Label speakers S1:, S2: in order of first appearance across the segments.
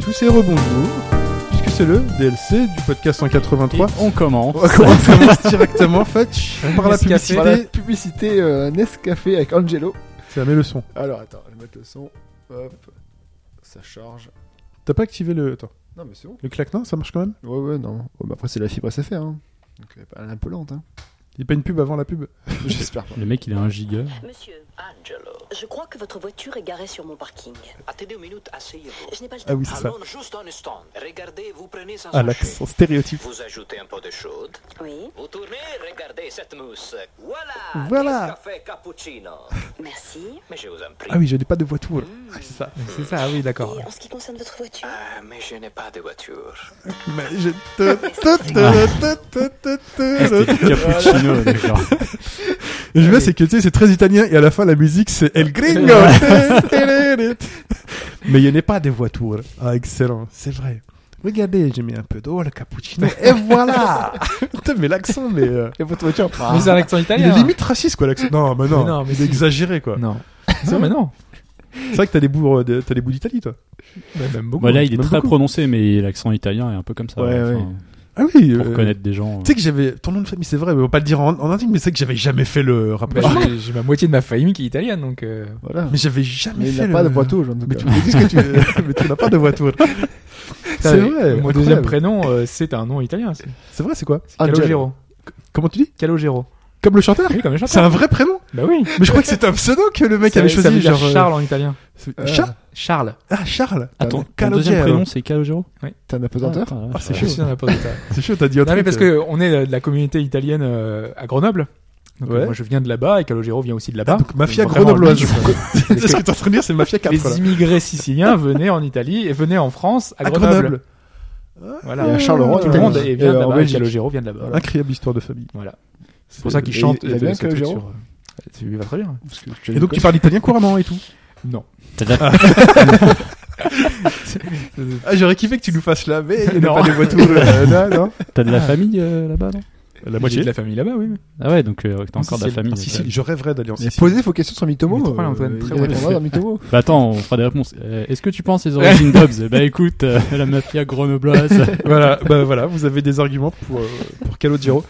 S1: tous et rebonjour, puisque c'est le DLC du podcast 183.
S2: Et on commence.
S1: On va commencer directement, Fetch, par la
S2: Nescafé.
S1: publicité.
S3: Voilà, publicité euh, Nescafé avec Angelo.
S1: C'est la mes leçons.
S3: Alors attends, je vais mettre le son. Hop. Ça charge.
S1: T'as pas activé le. Attends,
S3: Non mais c'est bon.
S1: le claquetin, ça marche quand même
S3: Ouais ouais non. Oh, bah après c'est la fibre SFR. Hein. Donc elle est pas impolante. Hein.
S1: Il n'y a pas une pub avant la pub
S3: J'espère pas.
S2: Le mec, il a un giga.
S4: Monsieur,
S5: Angelo,
S4: je crois que votre voiture est garée sur mon parking.
S5: attendez une minute, asseyez-vous.
S4: Je n'ai pas le temps.
S1: Ah oui, c'est ça.
S5: Allons juste un instant. Regardez, vous prenez un
S1: Ah,
S5: sachet.
S1: l'accent stéréotype.
S5: Vous ajoutez un peu de chaude.
S4: Oui,
S5: Vous tournez, regardez cette mousse. Voilà.
S1: Voilà.
S5: Café cappuccino.
S4: merci.
S5: Mais je vous en prie.
S1: Ah oui, je n'ai pas de voiture.
S5: Mm.
S1: c'est ça.
S2: C'est ça, ah oui, d'accord.
S4: Et en ce qui concerne votre voiture
S5: Ah, mais je n'ai pas de voiture.
S1: Mais je- ta- ta- ta- ta- ta- ta- ta-
S2: C'était
S1: euh,
S2: cappuccino, d'accord.
S1: Et je veux, c'est que tu sais, c'est très italien et à la fin la musique c'est El Gringo. Mais il n'y a pas de voiture. Ah excellent, c'est vrai. Regardez, j'ai mis un peu d'eau, le cappuccino et voilà. Putain, mais l'accent, mais euh,
S3: Et votre voiture.
S6: Mais c'est un accent
S1: il
S6: italien. hein.
S1: est limite raciste quoi l'accent. Non, mais non,
S6: Mais non, mais
S1: il est
S6: si. Mm.
S1: exagéré quoi.
S6: Non. Non, mais non.
S1: C'est vrai que t'as des bouts, euh, de- t'as des bouts d'Italie toi.
S6: Bah, même beaucoup.
S2: Bah là, il est
S1: Même
S2: très
S1: beaucoup.
S2: prononcé, mais l'accent italien est un peu comme ça.
S3: Ouais,
S2: enfin,
S3: ouais.
S1: Ah oui.
S2: Pour
S1: euh,
S2: connaître des gens.
S1: Tu sais que j'avais ton nom de famille, c'est vrai, mais on va pas le dire en, en intime, mais c'est que j'avais jamais fait le
S6: Bah,
S1: rappel.
S6: j'ai- J'ai ma moitié de ma famille qui est italienne, donc. euh,
S3: Voilà.
S1: mais j'avais jamais
S3: Mais il
S1: fait
S3: n'a
S1: le...
S3: pas de voiture en tout
S1: Mais
S3: cas.
S1: tu me dis ce que tu mais tu n'as pas de voiture. C'est
S6: putain,
S1: vrai.
S6: Mon
S1: incroyable. Ah,
S6: deuxième prénom, euh, c'est un nom italien. C'est
S1: C'est vrai, c'est quoi
S6: c'est
S3: Angelo.
S6: Calogero.
S1: Comment tu dis
S6: Calogero.
S1: Comme le chanteur
S6: Oui, comme le
S1: Ah, C'est
S6: chanteur.
S1: un vrai prénom
S6: Bah oui.
S1: Mais je crois que c'était un pseudo que le mec
S6: Ça-
S1: avait
S6: ça
S1: choisi.
S6: veut dire
S1: genre, euh,
S6: Charles en italien.
S1: c'est-
S3: Euh,
S1: Charles
S6: Charles.
S1: Ah, Charles
S2: Attends, ton
S1: Calogero.
S2: deuxième prénom, c'est Calogero
S3: T'as un apesanteur
S2: Ah,
S1: Ah, c'est
S6: Je
S1: chaud.
S6: suis dans la pause.
S1: C'est chaud, t'as dit autre
S6: Non mais
S1: truc,
S6: parce
S1: euh.
S6: que on est de la communauté italienne euh, à Grenoble. Donc,
S1: Ouais.
S6: euh, moi je viens de là-bas et Calogero vient aussi de là-bas.
S1: Ah, Donc,
S3: Ah,
S1: mafia
S6: vraiment
S1: grenobloise.
S6: le mix,
S1: C'est ce que t'es en train de dire, c'est Mafia 4. là.
S6: Les immigrés siciliens venaient en Italie et venaient en France à,
S1: À
S6: Grenoble.
S1: Grenoble.
S6: Voilà.
S3: Et à Charleroi,
S6: tout le monde
S3: et
S6: est-
S1: euh,
S6: vient de
S3: en
S6: là-bas.
S3: Belgique.
S6: Calogero vient de là-bas. Voilà.
S1: Incroyable histoire de famille.
S6: C'est pour ça qu'il
S3: Et
S6: chante.
S3: il a bien
S6: ce truc
S3: Calogero
S6: sur, euh, Tu lui va très bien.
S3: Parce que tu as
S1: Et
S3: une
S1: donc, tu
S3: coche.
S1: parles italien couramment et tout.
S6: Non.
S1: Ah, j'aurais kiffé que tu nous fasses là, mais il n'y a
S6: Non.
S1: pas de voiture euh, là, non
S2: T'as de la famille euh, là-bas, non
S1: La
S6: J'ai de la famille là-bas, oui.
S2: Ah ouais, donc euh, t'as
S6: En
S2: encore de la
S6: Sicile.
S2: famille.
S1: Ah, si, si, je rêverais d'aller en
S3: Mais
S1: Sicile.
S3: posez vos questions sur Mythomo.
S6: Mais tu parles,
S3: euh,
S6: Antoine, très
S3: il
S6: bon.
S3: répondra dans Mythomo.
S2: Bah attends, on fera des réponses. Euh, Est-ce que tu penses les origines d'Obs Bah écoute, euh, la mafia grenobloise.
S1: voilà, bah voilà, vous avez des arguments pour, euh, pour Calogero.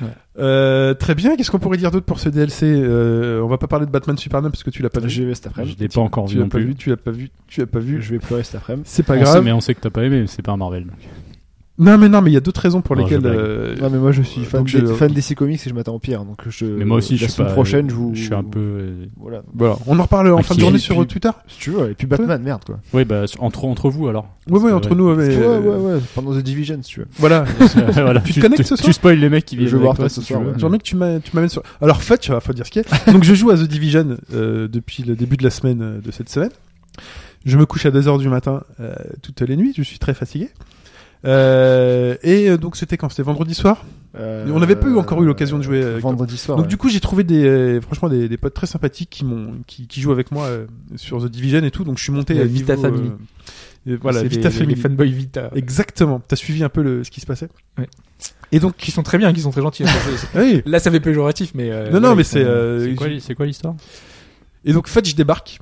S6: Ouais.
S1: Euh, très bien, qu'est-ce qu'on pourrait dire d'autre pour ce DLC euh, On va pas parler de Batman Superman parce que tu l'as pas vu.
S3: J'ai vu cet après-midi.
S2: Je l'ai pas encore
S1: Tu
S2: vu
S1: l'as
S2: non
S1: pas vu,
S2: plus.
S1: tu l'as pas vu, tu l'as pas vu.
S3: Je vais pleurer cet après-midi.
S1: C'est pas
S2: On sait,
S1: grave. Euh,
S2: mais on sait que t'as pas aimé, mais c'est pas un Marvel. donc.
S1: Non mais non, mais il y a d'autres raisons pour
S2: Non, je
S1: lesquelles
S2: blague.
S1: euh,
S3: Non mais moi je suis
S1: Euh,
S3: fan,
S1: donc
S3: des,
S1: je-
S3: fan DC Comics et je m'attends au pire donc je
S2: Mais moi aussi,
S3: la
S2: je suis
S3: semaine
S2: pas.
S3: prochaine je vous
S2: Je suis un peu. euh,
S3: voilà
S1: voilà, on en reparle en fin de
S2: Inquiet.
S1: journée sur
S3: Puis-
S1: Twitter.
S3: si tu veux et puis Batman merde quoi
S2: Ouais, bah entre entre vous alors.
S1: Oui oui,
S2: que,
S1: entre
S2: ouais.
S1: nous mais,
S3: ouais
S1: euh,
S3: ouais ouais pendant The Division si tu veux
S1: voilà.
S2: Voilà,
S1: Tu te connectes ce soir
S2: Tu spoil les mecs qui
S3: Je vais
S2: viennent
S3: voir
S2: avec toi
S3: toi
S2: si
S3: ce
S2: tu
S3: soir,
S2: veux.
S3: ouais.
S1: J'aimerais que tu m'a- tu m'amènes sur. Alors, fait, tu vois, faut dire ce qu'il y a. Donc, je joue à The Division euh, depuis le début de la semaine euh, de cette semaine. Je me couche à 2h du matin euh, toutes les nuits, je suis très fatigué. Euh, et euh, donc, c'était quand C'était vendredi soir.
S3: Euh,
S1: On n'avait pas eu encore eu l'occasion de jouer, euh,
S3: vendredi soir
S1: donc,
S3: ouais.
S1: du coup, j'ai trouvé des, euh, franchement des, des potes très sympathiques qui, m'ont qui, qui jouent avec moi euh, sur The Division et tout. Donc, je suis monté
S6: La
S1: à
S6: Vita
S1: niveau, euh,
S6: Family.
S1: euh, voilà,
S6: C'est
S1: Vita
S6: les,
S1: Family.
S6: les fanboys Vita.
S1: Exactement. T'as suivi un peu le, ce qui se passait
S6: Ouais.
S1: Et donc,
S6: Qui sont très bien, qui sont très gentils.
S1: oui.
S6: Là, ça fait péjoratif, mais. euh,
S1: Non, non,
S6: ouais,
S1: mais
S6: ils sont-
S1: c'est. euh,
S2: C'est quoi, li- c'est quoi l'histoire
S1: Et donc Fetch débarque.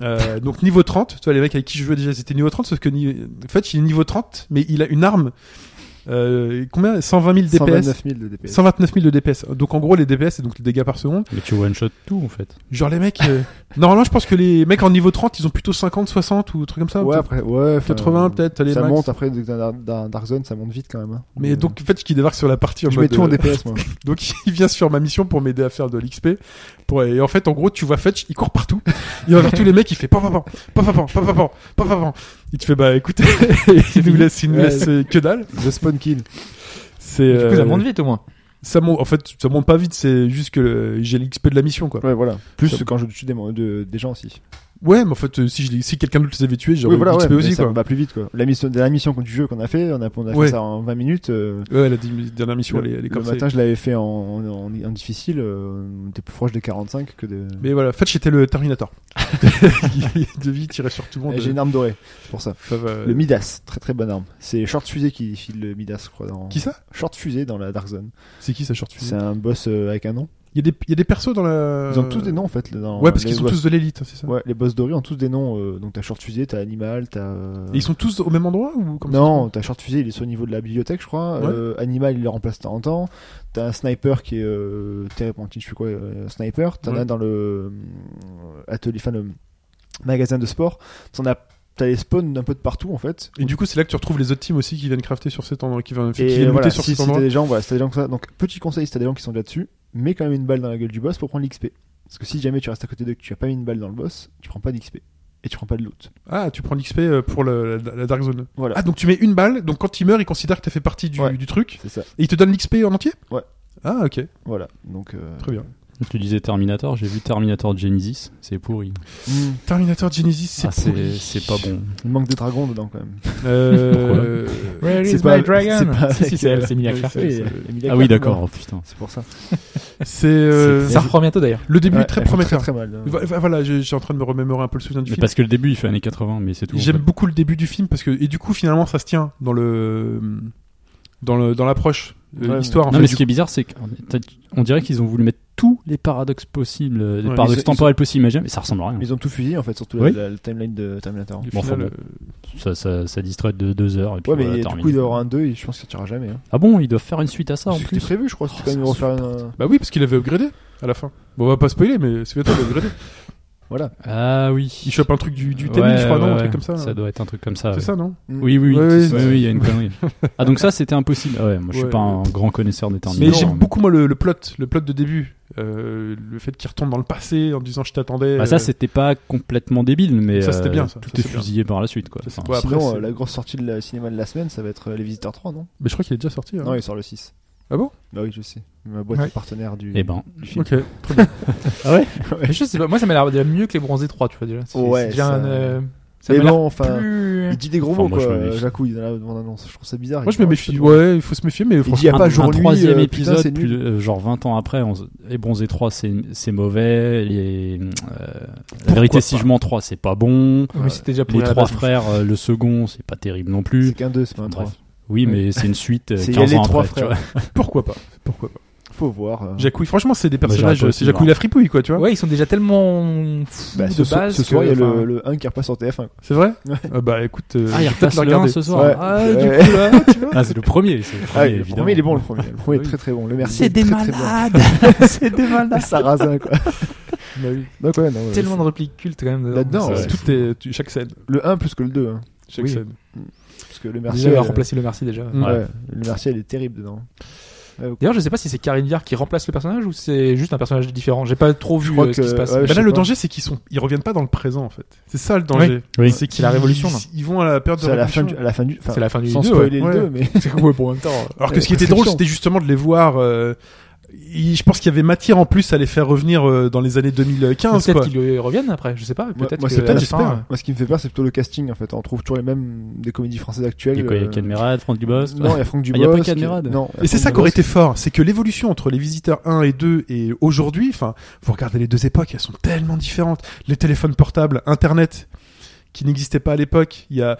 S1: Euh, donc niveau 30, tu vois les mecs avec qui je jouais déjà c'était niveau 30 sauf que ni... Fetch il est niveau 30 mais il a une arme euh, combien 120 000 DPS
S3: 129 000 de DPS
S1: 129 000 de DPS donc en gros les DPS c'est donc les dégâts par seconde
S2: Mais tu one shot tout en fait.
S1: genre les mecs euh, normalement je pense que les mecs en niveau 30 ils ont plutôt 50 60 ou truc comme ça
S3: ouais
S1: peut-être
S3: après ouais enfin,
S1: 80 peut-être allez,
S3: ça
S1: max.
S3: monte hein. après d'un d'un Dark Zone ça monte vite quand même hein.
S1: mais donc Fetch qui débarque sur la partie en
S3: je
S1: mode
S3: mets tout en
S1: euh,
S3: DPS moi
S1: Donc il vient sur ma mission pour m'aider à faire de l'XP. Pour... Et en fait, en gros, tu vois Fetch, il court partout. Il va vers tous les mecs, il fait pam pam pam, pam pam pam, pam pam pam, pam pam pam. Il te fait bah écoutez, il nous laisse, il nous
S3: Ouais.
S1: laisse euh, que dalle.
S3: The Spawn Kill
S1: C'est
S6: Du coup,
S1: euh,
S6: ça monte vite au moins.
S1: ça monte- En fait, ça monte pas vite. C'est juste que euh, j'ai l'XP de la mission quoi. Ouais,
S3: ouais voilà plus
S1: Ça-
S3: quand je tue des, mon- de- des gens aussi
S1: mais en fait, euh, si, je l'ai- si quelqu'un d'autre les avait tués, j'aurais
S3: oui voilà
S1: l'XP
S3: ouais, mais
S1: aussi
S3: ça
S1: quoi.
S3: va plus vite quoi la mission la mission du jeu qu'on a fait on a on a
S1: Ouais.
S3: fait ça en 20 minutes euh,
S1: Ouais, la di- dernière mission, elle est, elle est
S3: le
S1: corsée.
S3: matin, je l'avais fait en, en, en- en difficile. euh, on était plus proche des 45 que de.
S1: Mais voilà, Fetch était le Terminator. il devait tirer sur tout le monde.
S3: Eh, J'ai une arme dorée, c'est pour ça.
S1: Enfin, euh,
S3: Le Midas, très très bonne arme. C'est Short Fusée qui file le Midas, je crois. Dans...
S1: Qui ça
S3: Short Fusée dans la Dark Zone.
S1: C'est qui ça short
S3: C'est un boss euh, avec un nom.
S1: Il y, a des- il y a des persos dans la.
S3: Ils ont tous des noms en fait. Dans
S1: Ouais, parce
S3: les
S1: qu'ils sont
S3: boss-
S1: tous de l'élite, c'est ça.
S3: Ouais, les boss d'Ori ont tous des noms. euh, donc t'as Short Fusée, t'as Animal, t'as. euh,
S1: Et ils sont tous au même endroit ou comme
S3: non, t'as Short Fusée, il est au niveau de la bibliothèque, je crois.
S1: Ouais.
S3: Euh, Animal, il le remplace de temps en temps. T'as un Sniper qui est euh, Terrepentin, je sais plus quoi, euh, Sniper. T'en
S1: Ouais.
S3: as dans le euh, atelier, enfin le magasin de sport. T'en as, t'as les spawns un peu de partout en fait.
S1: Et du coup, c'est là que tu retrouves les autres teams aussi qui viennent crafter sur cet endroit, qui viennent, qui
S3: Et
S1: viennent
S3: voilà,
S1: looter sur
S3: si,
S1: cet
S3: si t'as
S1: endroit.
S3: des gens, voilà, si t'as des gens comme ça. Donc petit conseil, si t'as des gens qui sont déjà dessus, mets quand même une balle dans la gueule du boss pour prendre l'XP. Parce que si jamais tu restes à côté d'eux, et que tu as pas mis une balle dans le boss, tu prends pas d'XP et tu prends pas de loot.
S1: Ah, tu prends l'XP euh, pour le- la, la Dark Zone.
S3: Voilà.
S1: Ah, donc tu mets une balle, donc quand il meurt, il considère que t'as fait partie du,
S3: Ouais.
S1: du truc,
S3: C'est ça.
S1: et il te donne l'XP en entier
S3: Ouais.
S1: Ah, ok,
S3: Voilà. Donc. euh,
S1: très bien.
S2: Tu disais Terminator, j'ai vu Terminator Genesis, c'est pourri.
S3: hmm,
S1: Terminator Genesis, c'est
S2: Ah, c'est
S1: pourri.
S2: c'est pas bon.
S3: il manque des dragons dedans quand même.
S1: Euh,
S6: Where
S3: C'est
S6: is
S3: pas-
S6: my
S3: c'est
S6: dragon
S3: pas
S6: Si, si,
S3: avec,
S6: c'est elle,
S3: euh,
S6: c'est Mia
S3: oui,
S6: Clarke.
S3: c'est-
S6: Et-
S3: c'est Emilia
S2: Ah oui,
S3: Clarke,
S2: d'accord,
S3: voilà.
S2: oh, putain.
S3: C'est pour ça.
S1: c'est euh,
S6: Ça reprend bientôt d'ailleurs.
S1: le début
S3: Ouais,
S1: est très
S3: elle joue
S1: prometteur.
S3: Très, très mal. hein.
S1: Va- va- Voilà, j'ai- j'étais en train de me remémorer un peu le souvenir du
S2: Mais
S1: film.
S2: parce que le début il fait années 80, mais c'est tout. en
S1: J'aime
S2: fait.
S1: beaucoup le début du film parce que et du coup finalement ça se tient dans le dans le dans l'approche euh,
S3: Ouais,
S1: l'histoire. en
S2: Non,
S1: fait,
S2: mais
S1: du
S2: ce qui est bizarre, c'est qu'on dirait qu'ils ont voulu mettre tous les paradoxes possibles, euh, les
S1: Ouais,
S2: paradoxes
S3: ils ont-
S2: temporels possibles, imaginables, mais ça ressemble à rien.
S3: Mais Ils ont tout fusillé en fait, surtout
S2: Oui.
S3: la, la timeline de Terminator.
S1: coup,
S2: bon,
S1: au final, euh,
S2: enfin, Ça, ça, ça distrait de deux heures. Et puis
S3: Ouais, mais
S2: voilà,
S3: du
S2: terminé.
S3: coup, il doit y avoir un 2 et je pense qu'il sortira jamais. hein.
S2: Ah bon, ils doivent faire une suite à ça en
S3: C'était
S2: plus.
S3: prévu, je crois. C'était
S2: Oh,
S3: quand même
S2: ça
S3: refaire un.
S1: Bah oui, parce qu'il avait upgradé à la fin. Bon, on va pas spoiler, mais c'est bien toi, il a upgradé.
S3: Voilà.
S2: Ah oui.
S1: Il chope un truc du, du Tamil,
S2: Ouais,
S1: je crois, non
S2: ouais,
S1: Un truc
S2: ouais.
S1: comme ça.
S2: Ça doit être un truc comme ça.
S1: C'est
S2: ouais.
S1: ça, non
S3: hmm.
S2: Oui, oui, oui,
S1: Ouais,
S2: oui,
S1: ouais,
S2: oui, il y a une connerie. Ah, donc ça, c'était impossible. Ah Ouais, moi, je suis
S1: Ouais.
S2: pas un grand connaisseur des Terminators.
S1: Mais j'aime beaucoup, moi, le, le plot, le plot de début. Euh, le fait qu'il retourne dans le passé en disant je t'attendais.
S2: Bah, ça,
S1: euh,
S2: c'était pas complètement débile, mais
S1: Ça, c'était
S2: euh,
S1: bien, ça.
S2: tout
S1: Ça,
S2: est
S1: c'est bien.
S2: fusillé par la suite, quoi.
S1: Ça, c'est-
S2: Enfin,
S1: ouais, après,
S3: Sinon,
S1: c'est-
S3: euh, la grosse sortie de la cinéma de la semaine, ça va être euh, Les Visiteurs 3, non
S1: Mais je crois qu'il est déjà sorti. hein.
S3: Non, il sort le 6.
S1: Ah bon
S3: Bah oui, je sais. Ma boîte
S6: Ouais.
S3: est partenaire du.
S2: eh ben,
S3: du film.
S1: Ok.
S6: Mais je sais pas, moi ça m'a l'air déjà mieux que les bronzés 3, tu vois déjà. C'est
S3: Ouais,
S6: c'est déjà
S3: ça-
S6: un. euh, Ça
S3: Mais
S6: m'a l'air
S3: bon, enfin.
S6: plus.
S3: Il dit des gros
S2: Enfin,
S3: mots,
S2: moi, je me
S3: quoi.
S2: méfie.
S3: Jacouille, dans la bande-annonce. Je trouve ça bizarre.
S1: Moi, je
S3: Il
S1: me
S3: dit,
S1: méfie.
S3: oh,
S1: Ouais, il faut se méfier, mais
S3: Il
S1: franchement.
S3: dit, y a pas
S2: un,
S3: jour
S2: un
S3: nuit,
S2: troisième
S3: euh, putain,
S2: épisode,
S3: c'est
S2: plus
S3: nul.
S2: de- euh, genre 20 ans après, on se- les Bronzés 3, c'est c'est mauvais. Les, euh, la
S1: Pourquoi
S2: vérité,
S1: pas
S2: si je mens 3, c'est pas bon.
S6: Ah, Mais c'était déjà pour
S2: Les
S6: la
S2: trois
S6: base.
S2: frères, euh, le second, c'est pas terrible non
S3: bah, C'est
S2: plus.
S3: qu'un 2, c'est pas un 3.
S2: Bref. Oui, mais c'est une suite euh,
S3: C'est- il y a
S2: 15
S3: les
S2: ans
S3: trois
S2: après, tu
S3: frères.
S2: vois.
S1: Pourquoi pas Pourquoi pas
S3: Faut voir. euh.
S1: Jacouille, franchement, c'est des
S2: j'aurais
S1: personnages.
S2: pas
S1: C'est
S2: aussi,
S1: Jacouille
S2: moi.
S1: la fripouille, quoi, tu vois.
S6: Ouais, ils sont déjà tellement fous
S3: Bah,
S6: de
S3: ce, so-
S6: base.
S3: ce soir, il
S6: que,
S3: y a le-
S6: enfin,
S3: le 1 qui repasse en TF1. quoi.
S1: C'est vrai
S3: Ouais.
S1: Ah Bah écoute, euh,
S2: Ah, il
S1: je vais peut-être
S2: repasse
S1: le
S2: le 1
S1: regarder.
S2: ce soir.
S3: Ouais.
S6: Ah, du
S3: Ouais.
S6: coup, là, tu vois.
S2: Ah, c'est le premier, c'est le premier,
S3: Ah, oui, le
S2: évidemment.
S3: premier, il est bon, le premier. Le premier est
S1: Oui.
S3: très très bon. Le merci.
S6: C'est des malades C'est des malades
S3: Sarrazin, quoi.
S1: Bah oui.
S3: Donc, ouais, non, ouais,
S6: Tellement de répliques cultes quand même. dedans.
S3: Là-dedans,
S6: C'est-
S2: ouais.
S1: Tout est, tu- chaque scène,
S3: c'est- Le 1 plus que le 2. hein.
S1: chaque
S6: Oui.
S1: scène.
S3: Parce que le
S6: Déjà,
S3: merci.
S6: elle a
S3: euh,
S6: remplacé le merci déjà.
S1: Mm.
S3: Ouais,
S2: Ouais.
S3: le merci, elle est terrible dedans. Ouais, ok.
S6: D'ailleurs, je sais pas si c'est Karine Viard qui remplace le personnage ou c'est juste un personnage différent. J'ai pas trop vu
S3: crois
S6: euh, ce
S3: que-
S6: qui se passe.
S3: ouais,
S6: Mais-
S3: je
S1: Bah là,
S3: sais
S1: le
S3: pas.
S1: danger, c'est qu'ils sont, ils reviennent pas dans le présent en fait. C'est ça le danger.
S2: Oui.
S1: C'est
S6: C'est la
S1: qu'ils-
S6: révolution, là.
S1: Ils vont à la période de
S3: C'est à la fin du.
S1: révolution.
S3: à la fin du- enfin,
S6: C'est la fin du euh.
S3: Sans
S6: deux,
S3: spoiler
S1: ouais.
S3: le 2, mais.
S6: C'est ouais, pour en même temps.
S1: Alors que ce qui était drôle, c'était justement de les voir. euh, ils- je pense qu'il y avait matière en plus à les faire revenir euh, dans les années 2015.
S6: Peut-être
S1: quoi.
S6: qu'ils lui reviennent après, je sais pas.
S3: Moi-
S6: Peut-être
S3: moi,
S6: que
S3: c'est
S6: à
S3: peut-être
S6: la
S1: j'espère.
S6: fin, euh,
S3: hein. Moi, ce qui me fait peur, c'est plutôt le casting. En fait, on trouve toujours les mêmes des comédies françaises actuelles.
S2: Il y a quoi, il y a
S3: euh,
S2: Ken Merad, Franck Dubos
S3: Non, il y a Franck
S2: Ah,
S3: Dubos.
S2: il y a pas
S3: qui-
S2: Cadmerade.
S3: Non. il y a
S1: Et c'est
S3: Franck
S1: ça qui aurait
S3: Dubos.
S1: été fort, c'est que l'évolution entre les visiteurs 1 et 2 et aujourd'hui, enfin, vous regardez les deux époques, elles sont tellement différentes. Les téléphones portables, Internet, qui n'existait pas à l'époque, il y a,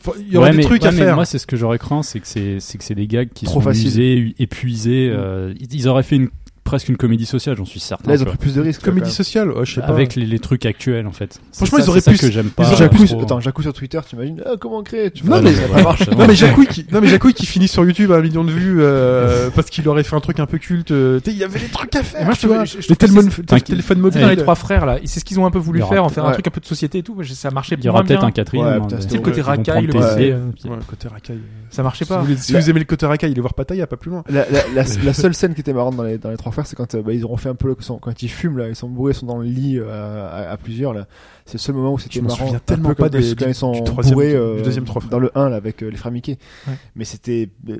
S1: faut- il y aurait
S2: Ouais,
S1: des
S2: mais-
S1: trucs
S2: ouais,
S1: à
S2: mais
S1: faire.
S2: Moi, c'est ce que j'aurais craint, c'est que c'est, c'est que c'est des gags qui
S3: Trop
S2: sont
S3: facile.
S2: usés, u- épuisés. euh, ils- ils auraient fait une, presque une comédie sociale, j'en suis certain.
S3: Là, ils ont
S2: tu
S3: pris plus de risques.
S1: Comédie
S3: quoi,
S1: sociale, ouais, je sais
S2: vois.
S1: pas.
S2: Avec les, les trucs actuels, en fait. C'est
S1: Franchement,
S2: ça-
S1: ils auraient
S2: c'est
S1: pu
S2: ça
S1: se-
S2: que j'aime
S3: quand
S2: pas.
S3: même.
S1: ils
S2: euh,
S1: auraient pu
S3: Jacou,
S2: trop.
S3: attends, Jacou sur Twitter, t'imagines Ah, comment on crée tu
S1: Non,
S3: vois,
S1: mais-
S3: ça va pas marcher.
S1: Non mais Jacouille qui, non mais Jacouille qui finit sur YouTube à un million de vues euh, parce qu'il aurait fait un truc un peu culte. euh, tu sais, Il y avait des trucs à faire.
S6: Et moi, je
S1: tu
S6: trouve-
S1: vois,
S6: je- je
S1: les
S6: trouve que
S1: téléphones,
S2: c'est-
S1: les téléphones mobiles.
S6: les trois frères là, c'est ce qu'ils ont un peu voulu
S2: Il y aura
S6: faire, en faire un
S3: ouais.
S6: truc un peu de société et tout, mais ça marchait
S2: Il y aura
S6: moins
S2: peut-être
S6: bien.
S2: un Catherine.
S3: Ouais,
S2: hein,
S3: putain,
S2: de-
S3: c'était
S6: C'est le côté
S2: ils vont
S6: racaille, le
S2: prendre tes
S3: côté-
S2: idées, euh,
S1: Ouais, côté racaille.
S6: Ça marchait
S1: Si vous,
S6: pas.
S1: voulez- si
S3: La-
S1: vous aimez le côté racaille, allez voir Pataya, pas plus loin.
S3: La, la, la, la seule scène qui était marrante dans les, dans les trois frères, c'est quand euh, bah, ils auront fait un peu là, quand, ils- quand ils fument là, ils sont bourrés, ils sont dans le lit euh, à, à- à plusieurs là. C'est le seul moment où
S1: Je
S3: c'était
S1: m'en
S3: marrant.
S1: souviens
S3: un
S1: tellement
S3: peu
S1: pas
S3: comme
S1: des-
S3: le- quand
S1: du-
S3: ils sont
S1: du troisième-
S3: bourrés
S1: du
S3: euh,
S1: deuxième trois frères.
S3: dans le 1 là avec euh, les frères Mickey.
S6: Ouais.
S3: Mais c'était euh,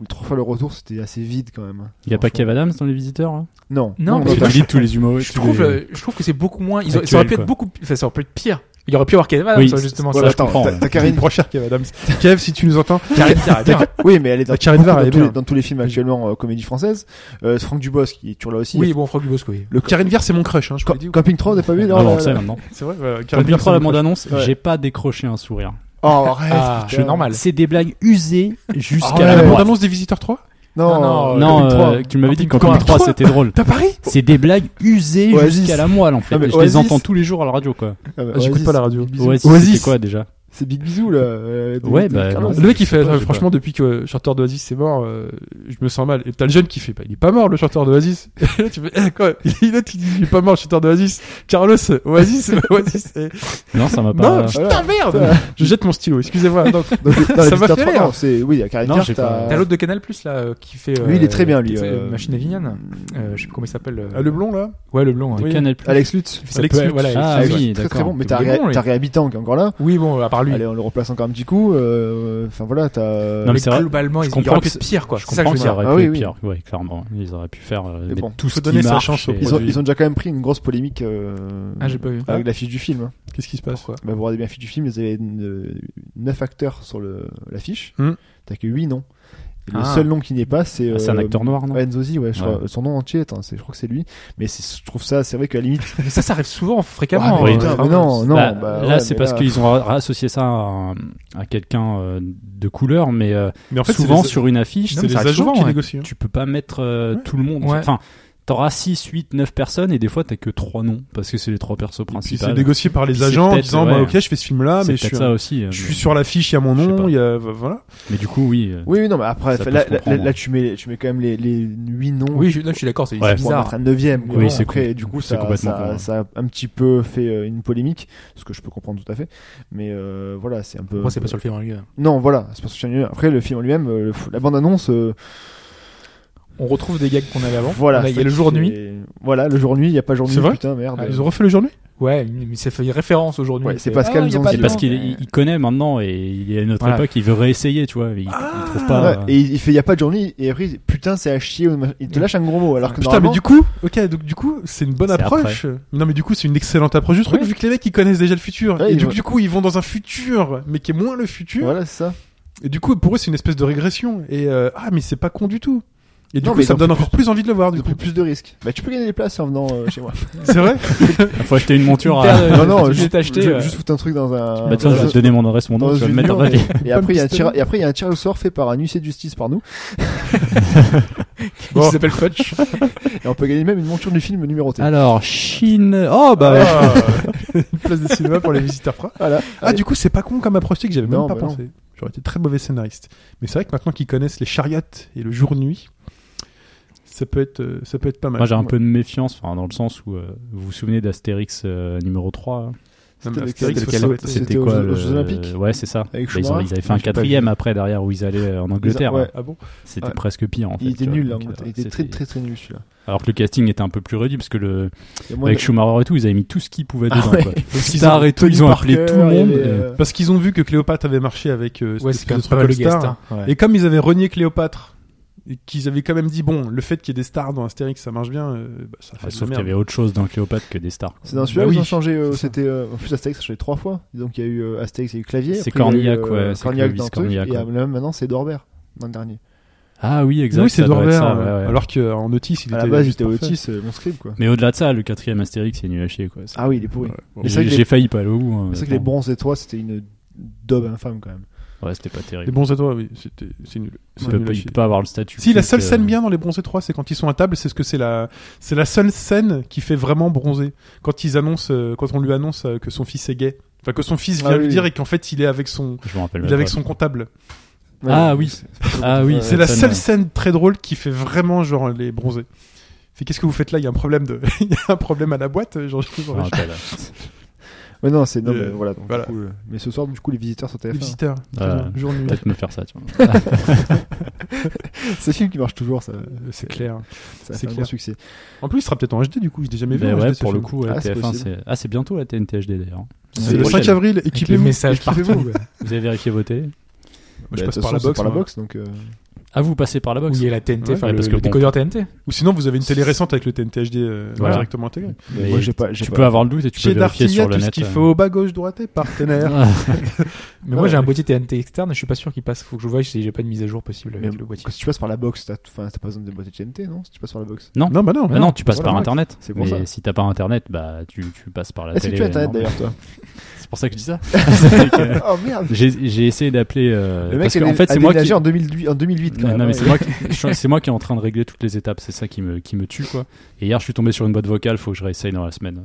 S3: le trois fois le retour, c'était assez vide quand même. hein.
S2: Il n'y a pas Kev Adams dans Les Visiteurs là
S3: Non.
S6: Non, mais-
S2: Tu
S3: pas-
S2: oublies tous les humoristes.
S6: Je
S2: tous
S6: trouve,
S2: les-
S6: euh, je trouve que c'est beaucoup moins. Ils ont- ça
S2: Actuel,
S6: aurait pu
S2: quoi.
S6: être beaucoup. Enfin, ça aurait pu être pire. Il y aurait pu y avoir Kevin Adams,
S2: Oui,
S6: ça, justement.
S3: Voilà,
S6: Ça.
S3: attends,
S2: comprends,
S3: t'as-
S2: ouais.
S3: t'as
S1: Karine
S3: Karine.
S1: trop cher, Kev Adams. Kev, si tu nous entends,
S6: Karine Viard,
S3: t'as- Oui, mais elle est dans,
S1: La Karine Var, elle
S3: beaucoup
S1: est
S3: dans tous les-
S1: bien.
S3: dans tous les films actuellement euh, comédie française. Euh, Franck Dubos qui est toujours là aussi.
S6: Oui, bon, Franck Dubosc, oui.
S1: le Karine Viard, c'est mon crush. Hein, je vous
S3: Ca-
S1: l'ai dit.
S3: Camping 3, t'as pas vu
S2: Ah Non,
S3: non,
S2: on
S3: là,
S2: le sait
S3: là.
S2: maintenant.
S1: C'est vrai. voilà,
S2: Quand
S1: Karine
S2: il
S1: Viard, c'est
S2: prend la
S1: mon crush.
S2: bande-annonce,
S3: Ouais.
S2: j'ai pas décroché un sourire.
S3: Oh, arrête.
S6: Ah,
S3: putain.
S6: normal.
S2: C'est des blagues usées
S1: Ah,
S2: jusqu'à
S1: la
S2: la moelle.
S1: bande-annonce des Visiteurs 3
S3: Non,
S6: non, euh,
S2: non,
S3: Camping
S2: euh,
S3: trois.
S2: que tu m'avais dit que
S1: Camping
S2: Camping 3,
S1: trois.
S2: c'était drôle.
S1: T'as Paris
S2: C'est des blagues usées
S3: Oasis.
S2: jusqu'à la moelle en fait.
S3: Ah, mais
S2: je
S3: Oasis.
S2: les entends tous les jours à la radio quoi.
S3: Ah bah,
S1: J'écoute
S3: Oasis,
S1: pas la radio.
S3: Big Bisou.
S2: Oasis,
S1: Oasis.
S2: c'était quoi déjà
S3: C'est Big Bisou là. euh, de-
S2: Ouais,
S3: de
S2: bah,
S3: Carlos.
S2: non.
S1: Le mec qui fait, euh,
S6: pas, je sais
S1: franchement, depuis que chanteur d'Oasis c'est mort, euh, je me sens mal. Et t'as le jeune qui fait, bah, il est pas mort le chanteur d'Oasis. Et là, tu fais, eh, quoi Il est- il est pas mort le chanteur d'Oasis. Carlos, Oasis, Oasis. eh.
S2: Non, ça m'a
S1: Non,
S2: pas.
S1: putain, merde
S3: Ça-
S1: Je jette mon stylo, excusez-moi. Non,
S3: Ah, Donc, dans les
S1: Ça m'a
S3: Visiteurs
S1: fait
S3: trois,
S1: rire.
S3: non, c'est oui, il y a Karine
S2: Non,
S3: Pierre,
S2: j'ai
S3: t'as-
S2: pas-
S6: T'as l'autre de Canal Plus là euh, qui fait.
S3: Lui, il est très bien, lui,
S6: qui fait,
S3: euh,
S6: euh, Machine Avignane. Euh, je sais plus comment il s'appelle. euh,
S1: Ah, le blond là
S6: Ouais, le blond. hein.
S1: Oui.
S2: Canal Plus.
S3: Alex Lutz.
S6: Il fait ça,
S1: Alex
S6: ouais,
S1: Lutz.
S6: voilà, il fait
S2: Ah,
S6: ça.
S3: Alex
S2: oui,
S3: Lutz, très
S2: d'accord.
S3: très bon. Mais
S6: Il
S3: t'as
S6: est
S3: Ré-
S6: bon, lui.
S3: t'as réhabitant qui est encore là.
S6: Oui, bon, à part lui.
S3: Allez, on le replace encore un petit coup. euh, Enfin voilà, t'as.
S2: Non, mais
S6: mais
S2: c'est vrai.
S6: globalement,
S2: Je
S6: ils
S2: comprends
S6: comprends
S2: que
S6: plus de pire, quoi.
S2: Je
S6: C'est ça que
S2: comprends
S6: je
S2: que
S6: veux
S2: ça aurait
S6: dire.
S2: pu
S3: Ah oui,
S2: être
S3: oui.
S2: pire. Ouais, clairement. Ils auraient pu faire euh,
S3: Mais
S2: mettre
S3: bon,
S2: tout
S1: faut
S2: ce
S1: donner
S2: qui
S1: sa
S2: marche.
S1: chance au
S2: et-
S1: produit.
S3: Ils ont, ils ont déjà quand même pris une grosse polémique euh,
S6: Ah, j'ai pas vu.
S3: avec l'affiche du film. hein.
S1: Qu'est-ce qui se passe
S3: Bah, vous regardez bien l'affiche du film, vous avez 9 acteurs sur le- l'affiche.
S1: Hmm.
S3: T'as que 8 noms. Et le
S6: Ah.
S3: seul nom qui n'est pas, c'est.
S2: Ah, c'est un
S3: euh,
S2: acteur noir, non
S3: Enzozi, ouais, je
S2: Ouais.
S3: crois, son nom entier, attends, c'est- je crois que c'est lui. Mais c'est- je trouve ça, c'est vrai qu'à la limite.
S6: Mais ça, ça arrive souvent,
S3: Ah,
S6: fréquemment.
S2: oui,
S6: euh,
S3: putain, mais
S6: vraiment.
S3: non, non.
S2: Bah,
S3: bah,
S2: là,
S3: ouais,
S2: c'est
S3: mais
S2: parce
S3: là-
S2: qu'ils ont ra- associé ça à, un- à quelqu'un euh, de couleur, mais euh,
S1: Mais en
S2: souvent
S1: c'est
S2: sur une affiche,
S1: les,
S6: Non,
S1: c'est les
S6: mais ça
S1: agents
S6: arrive souvent,
S1: qui
S6: ouais.
S1: négocient. hein.
S2: tu peux pas mettre euh,
S1: Ouais.
S2: tout le monde.
S6: Ouais.
S2: Enfin, t'auras 6, 8, 9 personnes et des fois t'as que 3 noms parce que c'est les trois persos
S1: Et puis, c'est
S2: principaux.
S1: négocié par les
S2: c'est
S1: agents en
S2: peut-être,
S1: disant,
S2: ouais.
S1: bah, ok, je fais ce film là,
S3: Ah,
S2: C'est
S1: mais je
S2: peut-être
S1: suis,
S2: ça aussi. euh,
S1: je suis sur l'affiche, il y a mon
S2: Je sais
S1: nom,
S2: pas.
S1: il y a, voilà.
S2: Mais du coup, oui. euh,
S3: Oui, oui, non, mais après,
S2: Ça
S3: là,
S2: peut se
S3: là,
S2: comprendre.
S3: là, tu, mets, tu mets quand même les, les 8 noms.
S6: Ah, Oui, je- là, je suis d'accord, c'est
S2: Ouais.
S6: c'est
S3: Pour
S6: bizarre.
S3: mettre un neuvième. quoi.
S2: Oui,
S3: Bon,
S2: c'est
S3: après,
S2: con.
S3: du coup,
S2: C'est
S3: ça,
S2: complètement
S3: ça,
S2: con, hein. ouais.
S3: ça a un petit peu fait euh, une polémique, ce que je peux comprendre tout à fait. Mais euh, voilà, c'est un peu.
S6: Pourquoi c'est pas sur le film en lui
S3: Non, voilà, c'est pas sur le film. Après, le film en lui-même, euh, le f- la bande-annonce, euh,
S6: On retrouve des gags qu'on avait avant.
S3: voilà.
S6: On a- Il y
S3: ça
S6: a le
S3: qui
S6: jour
S3: fait-
S6: nuit.
S3: Voilà, le jour-nuit, il n'y a pas
S1: C'est
S3: jour-nuit,
S1: vrai
S3: putain, merde.
S6: Ah,
S1: Ils ont refait le journée?
S6: Ouais, mais ça fait référence aujourd'hui.
S3: Ouais, c'est
S6: Euh,
S3: Pascal
S6: ah, il y a
S3: Zanzi.
S6: pas
S2: C'est
S6: de
S2: parce
S6: nom.
S2: qu'il il- il connaît maintenant et il est à notre
S6: Voilà.
S2: époque, il veut réessayer, tu vois. Il, il trouve pas.
S3: Ah. Ouais,
S2: euh,
S3: et il il fait, il n'y a pas de journée, et après, putain, c'est à chier. ou machin. Il te lâche un gros mot, alors que
S1: Putain, mais
S3: normalement-
S1: du coup, ok, donc du coup, c'est une bonne
S2: C'est
S1: approche. Non, mais du coup, c'est une excellente approche du truc,
S6: Ouais.
S1: vu que les mecs ils connaissent déjà le futur.
S3: Ouais,
S1: et
S3: ils
S1: du,
S3: vont-
S1: du coup, ils vont dans un futur, mais qui est moins le futur.
S3: Voilà, c'est ça.
S1: Et du coup, pour eux, c'est une espèce de régression. Et euh, ah, mais c'est pas con du tout. Et du
S3: Non,
S1: coup,
S3: mais
S1: ça me
S3: ils ont
S1: donne
S3: pris
S1: encore plus envie de le voir,
S3: Ils
S1: du
S3: ont pris
S1: coup.
S3: plus de risques. Bah, tu peux gagner des places en venant euh, chez moi.
S1: C'est vrai
S2: Faut acheter une monture.
S6: Père
S2: à-
S6: de-
S3: euh, non, non,
S6: tu
S3: juste,
S6: t'es acheté,
S3: je-
S6: euh,
S3: juste foutre un truc dans un.
S2: Bah tiens, je vais te donner mon adresse, mon nom,
S3: dans
S2: tu vas
S3: une
S2: me mettre un
S3: urne,
S2: papier.
S3: Et après, il y a un
S1: pistolet.
S3: tir- et après, il y a un tirage au sort fait par un huissier de justice par nous.
S6: Il s'appelle Fudge.
S3: Et on peut gagner même une monture du film numérotée.
S2: Alors, Chine. Oh bah.
S1: Ah, Une place de cinéma pour les visiteurs pras.
S3: Voilà.
S1: Ah, du coup, c'est pas con comme approche tu sais, que j'avais même
S3: Non,
S1: pas
S3: bah
S1: pensé. J'aurais été très mauvais scénariste. Mais c'est vrai que maintenant qu'ils connaissent les chariots et le jour-nuit, ça peut être, euh, ça peut être pas mal.
S2: Moi j'ai un
S1: Ouais.
S2: peu de méfiance, enfin, dans le sens où euh, vous vous souvenez d'Astérix euh, numéro 3 hein
S1: Non,
S3: C'était
S1: mais
S3: lequel,
S1: Astérix,
S3: lequel
S1: faut sauter.
S3: C'était
S2: C'était
S3: aux
S2: quoi
S3: Jeux- aux
S2: le-
S3: Jeux Olympiques
S2: Ouais, c'est ça.
S3: Avec
S2: Bah, ils, ont-
S3: Schumacher.
S2: ils avaient fait un
S6: J'ai pas
S2: quatrième après derrière où ils allaient euh, en Angleterre.
S3: ouais.
S1: Ah bon
S2: C'était
S3: Ouais.
S2: presque pire en fait.
S3: Il était
S2: tu vois.
S3: nul, là,
S2: Donc,
S3: en
S2: euh,
S3: fait. Il était
S2: c'était-
S3: très, très, très nul, celui-là.
S2: Alors que le casting était un peu plus réduit parce que le
S3: Il y a moins
S2: avec
S3: de-
S2: Schumacher et tout, ils avaient mis tout ce qu'ils pouvaient
S3: Ah
S2: dedans.
S3: ouais.
S2: quoi.
S1: Parce qu'ils
S2: Star
S1: ont-
S2: et tout,
S3: Tony
S2: ils ont appelé
S3: Parker,
S2: tout le
S3: il y
S2: monde.
S3: avait,
S2: euh,
S3: euh,
S1: Parce qu'ils ont vu que Cléopâtre avait marché avec euh,
S6: Ouais,
S1: cette
S6: c'est quand même
S1: espèce de
S6: pas mal le
S1: truc all-star.
S6: guest. hein. Ouais.
S1: Et comme ils avaient renié Cléopâtre, et qu'ils avaient quand même dit, bon, le fait qu'il y ait des stars dans Astérix, ça marche bien, euh, bah, ça fait
S2: ah,
S1: de la
S2: Sauf qu'il y
S1: merde.
S2: avait autre chose dans Cléopâtre que des stars. quoi.
S3: C'est dans celui-là
S1: Bah
S3: où ils
S1: oui,
S3: ont changé. euh,
S1: c'est ça.
S3: C'était euh, en plus Astérix, ça changé trois fois. Donc il y a eu euh, Astérix, il y a eu Clavier.
S2: C'est
S3: après, il y a eu,
S2: Cornillac,
S3: euh,
S2: ouais, c'est
S3: Cornillac
S2: Clovis
S3: dans le truc.
S2: Cornillac,
S3: Et
S2: ouais.
S3: euh, là, maintenant, c'est Dorbert dans le dernier.
S2: Ah oui, exact.
S1: oui, c'est hein.
S2: ça doit
S1: Dorber.
S2: être ça, ouais, ouais.
S1: Alors qu'en Otis, il
S3: À
S1: était.
S3: la base, j'étais
S1: parfait.
S3: Otis, euh, mon script quoi.
S2: Mais au-delà de ça, le quatrième Astérix, c'est nul à chier quoi.
S3: Ah oui, il est pourri.
S1: Ouais.
S3: Mais c'est vrai
S2: J'ai
S3: que les-
S2: j'ai failli pas aller au bout. hein,
S3: C'est vrai que les
S2: honnêtement.
S3: bronzes et toi, c'était une daube infâme quand même.
S2: Ouais, c'était pas
S1: Les
S2: terrible.
S1: bons à toi, oui, c'était- c'est nul. C'est
S2: Il peut
S1: nul à
S2: pas- il
S1: chier.
S2: peut pas avoir le statut.
S1: Si la
S2: culte,
S1: seule
S2: euh,
S1: scène bien dans les bronzés 3, c'est quand ils sont à table, c'est ce que c'est la c'est la seule scène qui fait vraiment bronzer. Quand ils annoncent euh, quand on lui annonce euh, que son fils est gay, enfin que son fils
S3: Ah
S1: vient lui
S3: oui.
S1: dire et qu'en fait il est avec son
S2: Je me rappelle
S1: il
S2: même
S1: est avec
S2: pas.
S1: son comptable.
S2: Ah oui. Ah oui,
S3: Ouais,
S1: C'est la
S2: ça,
S1: seule
S2: non.
S1: scène très drôle qui fait vraiment genre les bronzés. Fait qu'est-ce que vous faites là Il y a un problème de il y a un problème à la boîte, euh, genre je
S2: Je
S1: vous
S2: me
S1: enregistre.
S2: rappelle.
S3: Mais non, c'est non,
S1: Euh,
S3: mais voilà. donc, du
S1: voilà.
S3: coup, euh, mais ce soir, du coup, les visiteurs sont
S1: les
S3: TF1.
S1: visiteurs. Très
S2: Ouais.
S1: bien. Jour nuit.
S2: Ah, Peut-être me faire ça, tu vois.
S3: C'est un film qui marche toujours, ça.
S1: Euh, C'est clair.
S3: ça
S1: c'est
S3: c'est un gros
S1: clair.
S3: succès.
S1: En plus, il sera peut-être en HD du coup, je l'ai jamais vu.
S2: Mais
S1: en
S2: Ben ouais,
S1: HD, ce
S2: pour le
S1: film.
S2: coup, ouais,
S3: Ah, c'est
S2: TF1,
S3: possible.
S2: c'est. Ah, c'est bientôt la TNT HD d'ailleurs.
S1: c'est le
S2: Ouais.
S1: 5 avril,
S6: Avec les
S1: équipez-vous.
S6: messages partout.
S1: Équipez-vous.
S2: Vous avez vérifié vos télés
S1: Moi, Je
S3: Bah,
S1: passe
S3: de toute
S1: par la
S3: façon, c'est
S1: box.
S3: Par la
S1: moi.
S3: box, donc. euh,
S2: Ah, vous passez par la
S6: Où
S2: box
S6: il y a la TNT,
S1: Ouais,
S6: enfin,
S2: ouais,
S6: le,
S2: parce que
S6: le
S2: bon.
S6: décodeur TNT.
S1: Ou sinon, vous avez une télé récente avec le TNT HD euh,
S2: Voilà.
S1: directement intégré.
S2: Mais
S3: Moi, j'ai pas. j'ai
S2: Tu
S3: pas-
S2: peux avoir le doute et tu peux
S1: Chez Darty,
S2: vérifier
S1: il y a
S2: sur le
S1: tout ce
S2: net.
S1: qu'il
S2: euh.
S1: faut. Bas, gauche, droite et partenaire.
S2: Ah,
S6: Mais moi,
S1: Ouais.
S6: j'ai un boîtier TNT externe, je suis pas sûr qu'il passe. Faut que je voie si j'ai pas de mise à jour possible
S3: Mais
S6: avec le boîtier.
S3: Parce que si tu passes par la box, t'as enfin, t'as pas besoin de boîte TNT, non Si tu passes par la box.
S1: Non, bah non.
S2: bah non, tu passes
S3: Voilà,
S2: par
S3: ouais.
S2: internet.
S3: C'est pour
S2: Mais
S3: ça.
S2: si t'as pas internet, bah tu, tu passes par la
S3: Est-ce que
S2: télé.
S3: tu as internet
S2: normale.
S3: d'ailleurs, toi
S2: C'est pour ça que je dis ça. C'est que
S3: Oh merde
S2: J'ai j'ai essayé d'appeler. euh,
S3: Le mec
S2: parce
S3: a,
S2: qu'en
S3: dé-
S2: fait,
S3: a
S2: c'est moi
S3: déménagé
S2: qui.
S3: en 2008, en 2008 quand
S2: Non,
S3: même.
S2: non, mais
S3: hein.
S2: c'est moi, qui, je- c'est moi qui est en train de régler toutes les étapes, c'est ça qui me, qui me tue quoi. Et hier, je suis tombé sur une boîte vocale, faut que je réessaye dans la semaine.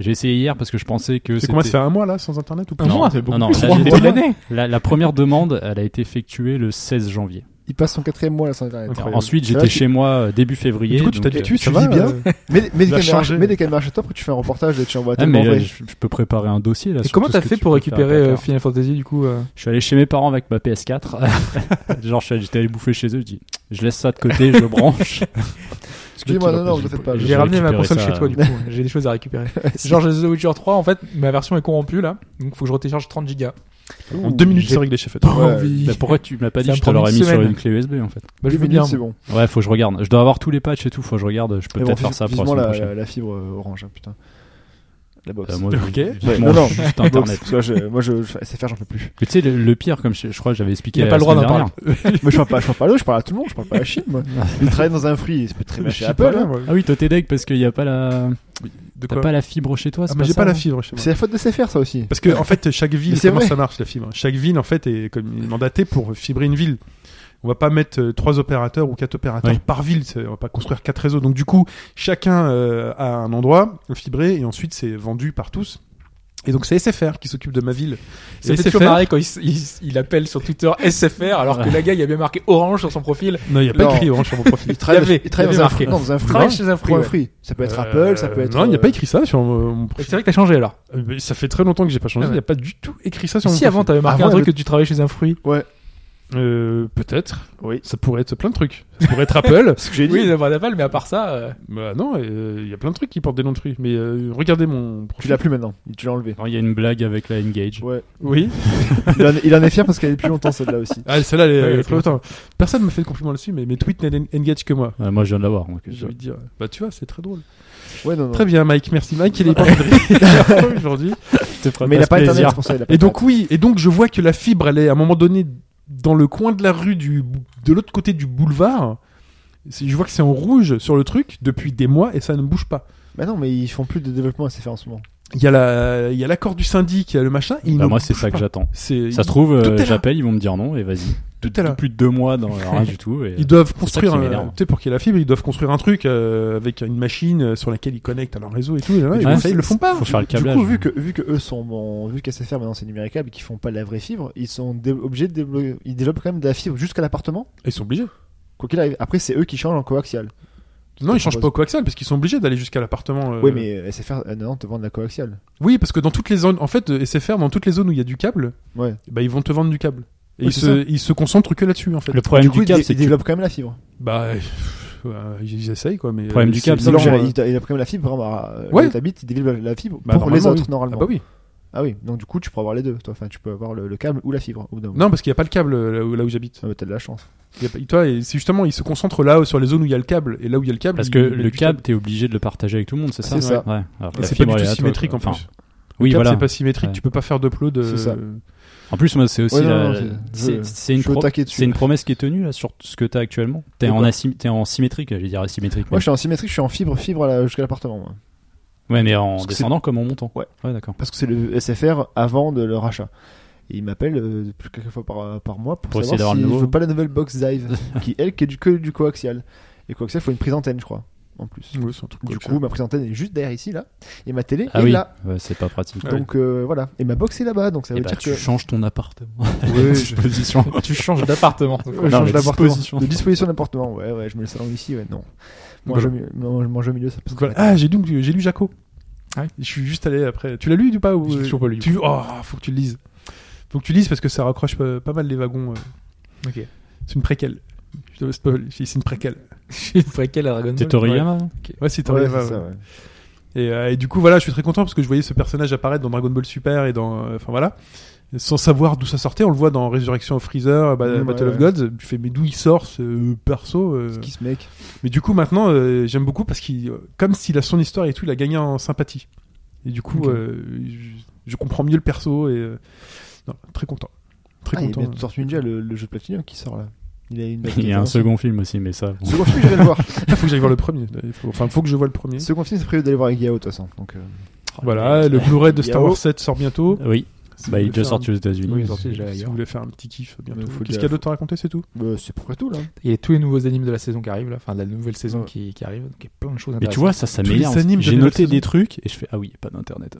S2: J'ai essayé hier parce que je pensais que
S1: C'est
S2: c'était.
S1: combien ça fait un mois là sans internet ou pas
S2: Un Non, mois,
S6: c'est beaucoup
S2: non,
S6: plus.
S2: là,
S6: Trois
S2: j'ai-
S6: mois de l'année.
S2: la, la première demande, elle a été effectuée le 16 janvier.
S3: Il passe son quatrième mois là sans internet.
S1: Ok. Incroyable.
S2: Ensuite,
S3: Ça va,
S2: j'étais
S3: tu-
S2: chez moi euh, début février.
S1: Du coup, tu
S2: donc,
S1: t'habitues,
S3: tu
S1: ça va
S3: vis bien.
S1: euh,
S3: Mets, mets des
S1: va
S3: caméras,
S1: changer.
S3: mets des caméras chez toi, après tu fais un reportage et tu envoies
S2: euh, ah,
S3: tellement
S2: mais euh,
S3: vrai.
S2: je, je peux préparer un dossier là.
S6: Et
S2: sur
S6: comment
S2: tout
S6: t'as
S2: ce que
S6: fait
S2: tu
S6: pour
S2: peux faire,
S6: récupérer
S2: pas
S6: euh,
S2: faire.
S6: Final Fantasy du coup euh
S2: Je suis allé chez mes parents avec ma PS4. Genre, je suis allé- j'étais allé bouffer chez eux. Je dis, je laisse ça de côté, je le branche.
S3: Excusez-moi,
S2: Donc,
S3: non, non,
S2: j'ai-
S3: vous faites pas.
S2: j'ai-
S6: J'ai ramené ma
S2: récupéré
S6: console
S2: ça,
S6: chez toi, du coup. J'ai des choses à récupérer. Genre, j'ai The Witcher 3. En fait, ma version est corrompue, là. Donc, faut que je retécharge 30 gigas.
S1: En deux minutes,
S6: j'ai-
S1: c'est réglé chez Fed.
S6: Pas
S3: Ouais.
S6: envie.
S2: Bah, pourquoi tu m'as pas
S6: Ça
S2: dit
S6: me
S2: Je te
S6: prend
S2: l'aurais
S6: une
S2: mis sur
S6: semaine.
S2: une clé USB en fait.
S6: Bah, je
S3: Deux
S6: veux
S3: minutes,
S6: bien.
S3: c'est bon.
S2: Ouais, faut que je regarde. Je dois avoir tous les patchs et tout. Faut que je regarde. Je peux
S3: Mais bon,
S2: peut-être faire
S3: vis-
S2: ça pour la
S3: vivement
S2: semaine
S3: la,
S2: prochaine.
S3: la, la fibre euh, orange, hein, putain. La box.
S2: Euh, moi, je-
S1: Ok.
S2: je-
S3: Ouais,
S2: moi,
S3: non, non.
S2: juste
S3: La box,
S2: internet.
S3: parce que je- moi, je, je- SFR, j'en peux plus.
S2: Mais tu sais, le, le pire, comme je, je crois que j'avais expliqué.
S6: Il a
S2: la
S6: pas le droit
S2: semaine
S6: d'en
S2: dernière.
S3: Moi, je parle pas, je parle pas à l'eau, je parle à tout le monde, je parle pas à la Chine, moi. Il travaille dans un fruit, c'est très bien chez Apple, hein.
S2: Ah oui, toi t'es deg parce qu'il n'y a pas la,
S1: De
S2: t'as
S1: quoi
S2: pas la fibre chez toi.
S1: Ah,
S2: c'est
S1: mais j'ai
S2: ça,
S1: pas la
S2: hein
S1: fibre chez moi.
S3: C'est la faute de SFR, ça aussi.
S1: Parce que en fait, chaque ville,
S3: Mais c'est
S1: comment
S3: vrai.
S1: ça marche la fibre Chaque ville, en fait, est comme mandatée pour fibrer une ville. On va pas mettre euh, trois opérateurs ou quatre opérateurs
S2: Oui.
S1: par ville. c'est- On va pas construire quatre réseaux. Donc du coup, chacun euh, a un endroit euh, fibré et ensuite c'est vendu par tous. Et donc c'est SFR qui s'occupe de ma ville.
S6: Ça
S1: Et
S6: fait toujours
S1: SFR
S6: marrer quand il, s- il s- il appelle sur Twitter SFR alors que
S2: Ouais.
S6: la gars il a bien marqué orange sur son profil.
S1: Non, il y a pas
S3: Non.
S1: écrit orange sur mon profil.
S3: Il travaille,
S6: Il y avait-
S3: il travaille
S6: il y
S3: dans, un
S6: avait
S3: fruit,
S6: marqué.
S3: non, dans un fruit.
S6: Travaille chez un fruit,
S3: Pour un
S6: ouais.
S3: fruit. Ça peut être Apple, ça peut être.
S1: Euh, Non, il n'y a pas
S3: euh,
S1: écrit ça sur mon mon
S6: C'est
S1: profil.
S6: vrai que t'as changé alors.
S1: Euh, Ça fait très longtemps que j'ai pas changé.
S6: Ah
S1: Il
S6: ouais.
S1: n'y a pas du tout écrit ça sur mon
S6: Si avant
S1: profil.
S6: t'avais marqué
S3: Avant,
S6: un truc
S3: le-
S6: que tu travaillais chez un fruit.
S1: Euh, peut-être.
S3: Oui.
S1: Ça pourrait être plein de trucs. Ça pourrait être Apple.
S3: euh, Ce que j'ai dit.
S6: Oui, d'abord d'Apple, mais à part ça, euh,
S1: bah non, euh, il y a plein de trucs qui portent des noms de fruits. Mais euh, regardez mon
S3: Tu
S1: profil.
S3: l'as plus maintenant, tu l'as enlevé.
S2: Alors, Il y a une blague avec la Engage.
S3: Ouais.
S1: Oui.
S3: Il en, il en est fier parce qu'elle est plus longtemps celle-là aussi.
S1: Ah, celle-là, elle est-
S6: Ouais,
S1: elle est
S6: ouais,
S1: très longtemps. Personne me fait de compliment là-dessus, mais mes tweets n'engage que moi.
S2: Ouais, moi je viens de l'avoir. donc,
S1: Je
S2: je-
S1: vais dire. Bah tu vois, c'est très drôle.
S3: Ouais, non, non.
S1: Très bien, Mike. Merci, Mike. Il est pas André aujourd'hui.
S3: Mais il a pas
S2: plaisir.
S3: internet, c'est pour ça. il a pas
S1: Et donc oui. Et donc je vois que la fibre, elle est à un moment donné dans le coin de la rue du de l'autre côté du boulevard. C'est- Je vois que c'est en rouge sur le truc depuis des mois et ça ne bouge pas.
S3: Bah non, mais ils font plus de développement à SFR en ce moment.
S1: Il y a la, il y a l'accord du syndic, il y a le machin. et il
S2: Bah,
S1: ne
S2: moi c'est
S1: bouge
S2: ça que
S1: pas.
S2: j'attends.
S1: C'est-
S2: Ça se trouve,
S1: Tout est
S2: euh,
S1: là.
S2: j'appelle, ils vont me dire non et vas-y.
S1: Tout est là.
S2: Depuis plus de deux mois dans rien du tout. et-
S1: Ils doivent
S2: ça qui
S1: construire, un-
S2: m'énerve.
S1: tu sais, pour qu'il y ait la fibre, ils doivent construire un truc euh, avec une machine euh, sur laquelle ils connectent à leur réseau et tout. Et là,
S2: Mais
S1: et
S2: du
S1: bon,
S2: coup,
S1: ça, ils le font pas.
S2: Faut faire le hein. câblage.
S3: Du coup, vu que, vu que eux sont, en- vu qu'SFR maintenant c'est numéricable et qu'ils font pas de la vraie fibre, ils sont dé- obligés de développer, ils développent quand même de la fibre jusqu'à l'appartement,
S1: Ils sont obligés.
S3: quoi qu'il arrive. Après, c'est eux qui changent en coaxial.
S1: Non, ils changent
S3: propose.
S1: pas au coaxial parce qu'ils sont obligés d'aller jusqu'à l'appartement. euh,
S3: Oui, mais euh, SFR, euh, non, te vendent de la coaxiale.
S1: Oui, parce que dans toutes les zones, en fait, euh, SFR, dans toutes les zones où il y a du câble,
S3: Ouais.
S1: bah, ils vont te vendre du câble. Et
S3: Oui,
S1: ils,
S3: c'est
S1: se, ils se concentrent que là-dessus, en fait.
S2: Le problème
S3: du
S2: du,
S3: coup,
S2: câble,
S3: ils,
S2: c'est
S3: ils
S2: que tu-
S3: développent quand même la fibre.
S1: Bah, pff, ouais, ils essayent, quoi. Mais,
S2: Problème
S1: euh,
S2: du
S1: c'est
S2: câble,
S3: Ils
S2: c'est
S1: lent,
S2: que
S1: euh.
S3: ils développent quand même la fibre. par exemple, à- euh,
S1: Ouais.
S3: Là où t'habites, ils développent la fibre
S1: Bah,
S3: pour les
S1: normalement,
S3: autres
S1: oui. Ah
S3: normalement.
S1: bah oui.
S3: Ah oui, donc du coup, tu peux avoir les deux. Toi, enfin, tu peux avoir le, le câble ou la fibre. Ou
S1: Non, parce qu'il n'y a pas le câble euh, là où, là où j'habite.
S3: Ah bah, t'as de la chance.
S1: Il y a pas- Toi, et c'est justement, ils se concentrent là sur les zones où il y a le câble. Et là où il y a le câble.
S2: parce
S1: ils
S2: que
S1: mettent
S2: le
S1: du
S2: câble, t'es obligé de le partager avec tout le monde, c'est ça
S3: C'est ça.
S2: Ouais. Alors que
S1: Et
S2: la
S1: C'est pas
S2: fibre,
S1: du tout
S2: elle est à toi,
S1: symétrique en
S2: quoi.
S1: plus.
S2: Enfin, Oui,
S1: câble,
S2: voilà.
S1: C'est pas symétrique,
S2: Ouais.
S1: tu peux pas faire d'upload. euh,
S3: C'est ça.
S2: En plus, moi, c'est aussi
S3: Ouais, non,
S2: la-
S3: non, c'est-
S2: c'est-
S3: je-
S2: c'est une,
S3: je suis au
S2: pro-
S3: taquet dessus.
S2: c'est une promesse qui est tenue là, sur ce que t'as actuellement. T'es
S3: De
S2: en,
S3: quoi
S2: asym- t'es en symétrique, j'allais dire asymétrique.
S3: Moi,
S2: mais-
S3: je suis en symétrique, je suis en fibre, fibre là, jusqu'à l'appartement. moi.
S2: Ouais, mais en
S3: Parce que
S2: descendant comme en montant.
S3: Ouais.
S2: d'accord.
S3: parce que c'est le SFR avant de leur achat. Et il m'appelle euh, plus quelques fois par, par mois pour,
S2: Pour essayer d'avoir
S3: savoir
S2: le
S3: si
S2: nouveau.
S3: je veux pas la nouvelle box Dive, qui elle, qui est du, que du coaxial. Et coaxial, faut une prise antenne, je crois, en plus.
S1: ouais, c'est un truc
S3: Du
S1: comme ça.
S3: coup, ma prise antenne est juste derrière ici, là, et ma télé
S2: Ah
S3: est
S2: oui,
S3: là.
S2: ouais, c'est pas pratique.
S1: Ah oui.
S3: Donc euh, voilà. Et ma box est là-bas, donc ça
S2: Eh
S3: veut
S2: bah,
S3: dire
S2: tu
S3: que.
S2: changes ton appartement.
S3: Ouais, je-
S2: Position.
S6: tu changes d'appartement. Donc,
S3: je
S2: Non,
S3: change
S2: mais
S3: d'appartement.
S2: disposition.
S3: De disposition d'appartement, ouais, ouais, je mets le salon ici, ouais, non. Moi,
S1: Voilà.
S3: je mets- non, je mange au milieu, ça passe.
S1: Voilà. Ah, j'ai lu, j'ai lu Jaco.
S6: Ah oui.
S1: Je suis juste allé après. Tu l'as lu ou pas ou,
S6: Je l'ai toujours pas lu.
S1: Tu... Oh, faut que tu le lises. Faut que tu lises parce que ça raccroche pas, pas mal les wagons. euh.
S6: Ok.
S1: C'est une préquelle. Je te- C'est pas- c'est une préquelle.
S6: J'ai une préquelle à Dragon Ball.
S2: T'es Toriyama
S1: Ouais, c'est
S3: Ouais,
S1: Toriyama,
S3: c'est
S1: ouais.
S3: ça, ouais.
S1: Et, euh, et du coup, voilà, je suis très content parce que je voyais ce personnage apparaître dans Dragon Ball Super et dans. euh, Enfin voilà. Sans savoir d'où ça sortait, on le voit dans Résurrection of Freezer, bah,
S3: Mm,
S1: Battle
S3: ouais,
S1: of Gods. Tu fais, mais d'où il sort ce perso euh
S3: C'est qui ah, ce mec
S1: Mais du coup, maintenant, euh, j'aime beaucoup parce qu'il, euh, comme s'il a son histoire et tout, il a gagné en sympathie. Et du coup,
S3: Ok.
S1: euh, je, je comprends mieux le perso et euh, non, très content, très
S3: Ah, il
S1: content.
S3: vient de sortir Ninja, le, le jeu de Platinum qui sort là. Il a une date
S2: Il y a un
S3: d'intérêt.
S2: second film aussi, mais ça. bon.
S3: Second film, je vais le voir.
S1: Il faut que j'aille voir le premier. Il faut- Enfin, faut que je vois le premier.
S3: Second film, c'est prévu d'aller voir avec Yao, de toute façon. Donc, euh,
S1: Voilà, le Blu-ray de Star
S3: Yao.
S1: Wars 7 sort bientôt.
S2: Oui,
S1: Si
S2: bah,
S1: vous
S2: il est
S1: voulez
S2: déjà
S1: faire
S2: sorti aux
S1: un-
S2: États-Unis.
S6: Oui, il est sorti déjà
S1: Si
S6: ailleurs.
S1: vous voulez faire un petit kiff bientôt.
S3: Il faut
S1: Qu'est-ce
S3: qu'il
S1: qu'il y a d'autre à raconter, c'est tout
S3: Bah, c'est pour tout là.
S6: Il y a tous les nouveaux animes de la saison qui arrivent, là. enfin de la nouvelle saison
S3: Ouais.
S6: qui, qui arrive, donc il y a plein de choses
S2: Mais tu
S6: intéressantes.
S2: vois, ça, ça
S1: Tous les
S2: m'énerve.
S1: animes de
S2: J'ai
S1: nouvelle
S2: noté
S1: saison.
S2: des trucs et je fais Ah oui, pas d'internet.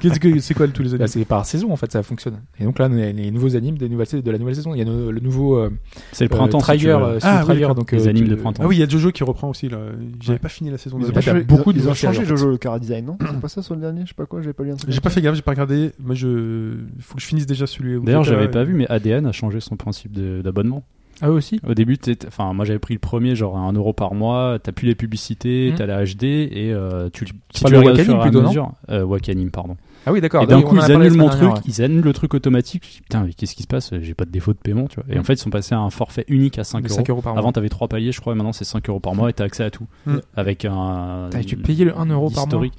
S1: Qu'est-ce que- C'est quoi le tous les
S6: Bah,
S1: animes
S6: c'est par saison en fait, ça fonctionne. Et donc là, on a les nouveaux animes des nouvelles sais- de la nouvelle saison. Il y a no- le nouveau euh,
S2: C'est le printemps.
S6: euh,
S2: si tu
S6: Trigger,
S2: veux.
S6: euh, Soul
S1: Ah, oui,
S6: Trigger,
S1: d'accord.
S6: donc
S2: Les
S6: euh,
S2: animes
S6: tu-
S2: de printemps.
S1: Ah oui, il y a Jojo qui reprend aussi. là. J'avais
S6: Ouais.
S1: pas fini la saison
S6: Ils
S1: de
S6: ont pas
S1: Jojo.
S6: fait- t'as beaucoup de
S3: ils ont
S6: nouvelles
S3: changé
S6: séries, en fait.
S3: Jojo le Cara Design, non C'est pas ça sur le dernier, je sais pas quoi, j'avais pas lu un truc.
S1: J'ai
S3: comme
S1: pas
S3: ça.
S1: fait gaffe, j'ai pas regardé. Moi, je faut que je finisse déjà celui. où
S2: D'ailleurs,
S1: j'étais,
S2: j'avais
S1: euh,
S2: pas vu, mais ADN a changé son principe de- d'abonnement.
S6: Ah eux aussi.
S2: Au début, t'étais- enfin, moi j'avais pris le premier, genre à 1€ euro par mois, t'as plus les publicités,
S6: Mhm.
S2: t'as la HD et euh, tu, si tu
S6: parles de
S2: regardes au
S6: Wakanim
S2: fur et à
S6: plutôt, non
S2: mesure- euh, Wakanim, pardon.
S6: Ah oui, d'accord.
S2: et
S6: bah
S2: d'un
S6: oui,
S2: coup,
S6: on en a
S2: ils
S6: parlé la
S2: annulent mon
S6: semaine
S2: truc,
S6: dernière, ouais.
S2: ils annulent le truc automatique. Je me dis, Putain, mais qu'est-ce qui se passe J'ai pas de défaut de paiement, tu vois. Et
S6: Mhm.
S2: en fait, ils sont passés à un forfait unique à 5
S6: De
S2: euros.
S6: 5 euros par mois.
S2: Avant, t'avais trois paliers, je crois, et maintenant c'est 5 euros par mois et t'as accès à tout.
S1: Mhm.
S2: Avec un.
S6: Mm. T'as dû payer le 1 euro par mois
S2: historique.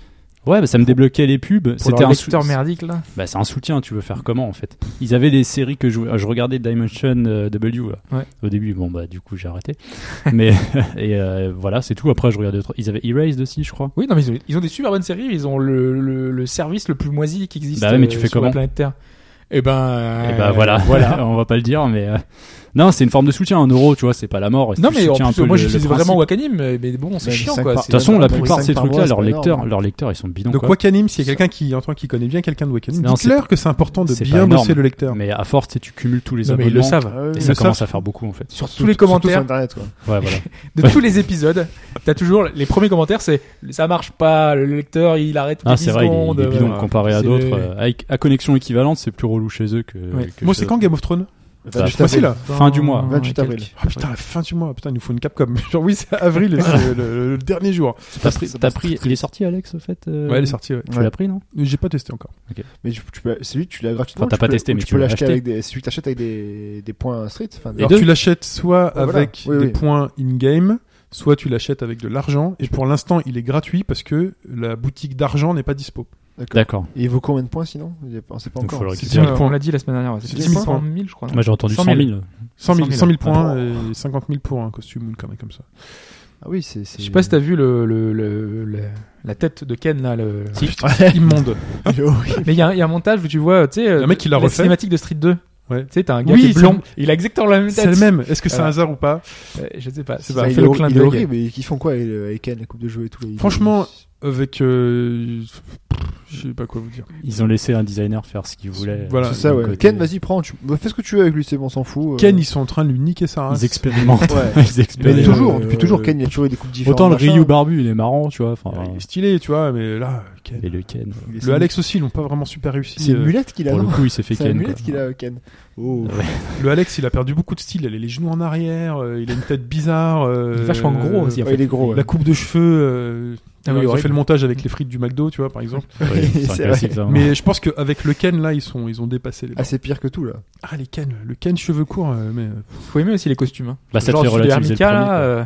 S2: Ouais, bah, ça me débloquait les pubs.
S6: pour
S2: C'était
S6: leur
S2: un sou-
S6: lecteur merdique là.
S2: bah, c'est un soutien, tu veux faire comment en fait Ils avaient des séries que je, je regardais Dimension euh, W là.
S6: Ouais.
S2: au début, bon bah du coup j'ai arrêté. Mais et, euh, voilà, c'est tout. Après je regardais autre... Ils avaient Erased aussi, je crois.
S6: Oui, non, mais ils ont, ils ont des super bonnes séries. Ils ont le, le, le service le plus moisi qui existe
S2: Bah ouais, mais tu
S6: euh,
S2: fais
S6: sur
S2: comment
S6: la planète Terre. Et ben.
S2: et
S6: euh,
S2: bah voilà,
S6: voilà.
S2: on va pas le dire, mais euh, non, c'est une forme de soutien. Un euro, tu vois, c'est pas la mort. c'est
S6: non,
S2: tu
S6: mais en
S2: soutiens un
S6: plus,
S2: peu
S6: moi
S2: le- le
S6: j'utilise
S2: principe.
S6: vraiment Wakanim, mais mais bon, c'est
S3: Mais
S6: chiant
S3: cinq
S6: quoi.
S3: par-
S6: C'est-
S2: De toute façon, la
S3: Pour
S2: plupart de
S3: cinq
S2: ces
S3: par
S2: trucs-là,
S3: mois,
S2: leurs
S3: c'est énorme.
S2: lecteurs, leurs lecteurs, ils sont bidons.
S1: Donc
S2: quoi.
S1: Wakanim, s'il y a quelqu'un qui entend, qui connaît bien quelqu'un de Wakanim,
S2: Non,
S1: dites-leur que c'est important de
S2: c'est
S1: bien
S2: pas énorme.
S1: bosser le lecteur.
S2: Mais à force, tu sais, tu cumules tous les
S6: Non, mais
S2: abonnements.
S6: ils le savent.
S3: Ah ouais,
S2: Et
S1: Ils
S2: ça
S1: le
S2: commence
S1: savent.
S2: à faire beaucoup en fait.
S6: Sur tous
S3: surtout-
S6: les
S3: surtout sur
S6: commentaires
S3: internet quoi.
S2: Ouais, voilà.
S6: de tous les épisodes, t'as toujours les premiers commentaires, c'est ça marche pas, le lecteur il arrête.
S2: Ah,
S6: les
S2: c'est
S6: 10
S2: vrai, il est,
S6: secondes,
S2: il est bidon
S6: voilà.
S2: comparé à
S6: C'est
S2: d'autres.
S6: le-
S2: euh, avec- à connexion équivalente, c'est plus relou chez eux que.
S6: Ouais.
S2: que
S1: Moi,
S2: chez-
S1: c'est quand Game of Thrones
S2: Bah,
S1: Ce mois-ci, là.
S2: Fin du mois.
S3: 28
S6: Ouais,
S3: avril.
S6: quelques-
S1: Ah putain, la fin du mois. Putain, il nous faut une Capcom. Genre oui, c'est avril, et c'est le, le dernier jour.
S2: T'as
S3: Ça
S2: pris,
S3: passe- ça
S2: t'as
S3: passe
S2: pris- il est sorti Alex au fait euh,
S1: Ouais, elle est sortie. Ouais.
S2: Tu
S3: Ouais.
S2: l'as pris non
S1: J'ai pas testé encore.
S3: Mais tu, tu peux, celui tu l'as gratuitement.
S2: Enfin, t'as
S3: tu
S2: pas
S3: peux-
S2: testé, mais tu
S3: peux
S2: l'as
S3: l'acheter
S2: acheté.
S3: avec des, celui que t'achètes avec des, des points street. Enfin,
S1: Alors
S3: des-
S1: tu l'achètes soit
S3: Ouais, Bah, voilà.
S1: avec
S3: Oui,
S1: des
S3: oui.
S1: points in-game, soit tu l'achètes avec de l'argent. Et pour l'instant, il est gratuit parce que la boutique d'argent n'est pas dispo.
S2: D'accord.
S3: Et il vaut combien de points sinon Il y a- On sait pas
S2: Donc,
S3: encore.
S2: faut le
S1: C'est
S6: C'est
S2: récupérer.
S1: bien.
S6: On l'a dit la semaine dernière, ouais,
S1: C'est
S6: c'est
S1: 10
S6: 10
S1: 000
S6: 000,
S1: points.
S6: je crois. non
S2: Moi j'ai entendu 100
S6: 100
S2: 000.
S6: 000.
S1: 100 000, 100 000 points
S2: Ah
S1: et 50 000 pour un costume, une connerie comme ça.
S3: Ah oui, c'est. c'est-
S6: Je sais pas si t'as vu le, le- le- le- la tête de Ken là. Le...
S1: Immonde.
S6: Mais il y, a un- il y a un montage où tu vois, tu sais, euh,
S1: un mec qui l'a
S6: la
S1: refait.
S6: cinématique de Street 2.
S1: Ouais.
S6: Tu sais, t'as un gars
S1: Oui,
S6: qui est
S1: c'est-
S6: blond, il a exactement la même
S1: C'est
S6: tête.
S1: le même. Est-ce que c'est un
S6: Voilà.
S1: hasard ou pas
S6: Euh, je sais pas.
S1: C'est
S6: C'est
S1: pas-
S6: pas
S3: il
S6: fait
S3: est
S6: le
S3: hor-
S6: clin
S3: il est
S6: d'œil.
S3: horrible. et Ils font quoi euh, avec Ken, la coupe de jeu et tout là, ils-
S1: Franchement, Avec, euh, je sais pas quoi vous dire.
S2: Ils ont laissé un designer faire ce qu'il voulait.
S1: Voilà.
S2: Euh,
S3: C'est ça,
S2: d'un
S3: ouais.
S2: côté.
S3: Ken, vas-y, prends. Tu... bah, Fais ce que tu veux avec lui, c'est bon, on s'en fout. euh.
S1: Ken, ils sont en train de lui niquer sa race.
S2: Ils expérimentent.
S3: Ouais.
S2: Ils
S3: Mais
S2: expérimentent.
S1: euh,
S3: toujours, hein. depuis toujours,
S1: euh,
S3: Ken, il a toujours eu des coupes différentes.
S2: Autant le
S3: machin.
S2: Ryu bah, barbu, il est marrant, tu vois. Enfin,
S1: Ouais, il est stylé, tu vois, mais là, Ken.
S2: et le Ken.
S3: Il est-
S1: Le Alex aussi, ils l'ont pas vraiment super réussi.
S3: C'est une
S1: Euh,
S3: mulette qu'il a,
S2: Pour le
S3: non
S2: coup, il s'est fait
S3: C'est une
S2: Ken.
S3: mulette
S2: quoi.
S3: qu'il a, euh, Ken. Oh.
S2: Ouais.
S1: Le Alex, il a perdu beaucoup de style. Il a les genoux en arrière, euh, il a une tête bizarre. euh,
S6: Il est vachement gros aussi. en
S3: Ouais,
S6: fait.
S3: il est gros.
S1: La coupe de cheveux. Euh,
S6: Ah oui,
S1: ils ont
S6: horrible.
S1: fait le montage avec les frites du McDo, tu vois, par exemple.
S2: Ouais, C'est
S3: C'est
S2: un
S3: vrai.
S2: classique, ça. hein.
S1: Mais je pense qu'avec le Ken, là, ils, sont, ils ont dépassé les.
S3: Ah, c'est pire que tout là.
S1: Ah, les Ken, le Ken cheveux courts, euh, mais. euh,
S6: Faut aimer aussi les costumes. hein.
S2: Bah, ça te
S6: Genre
S2: fait
S6: celui
S2: relativiser le
S6: d'Hermica,
S2: premier,
S6: là,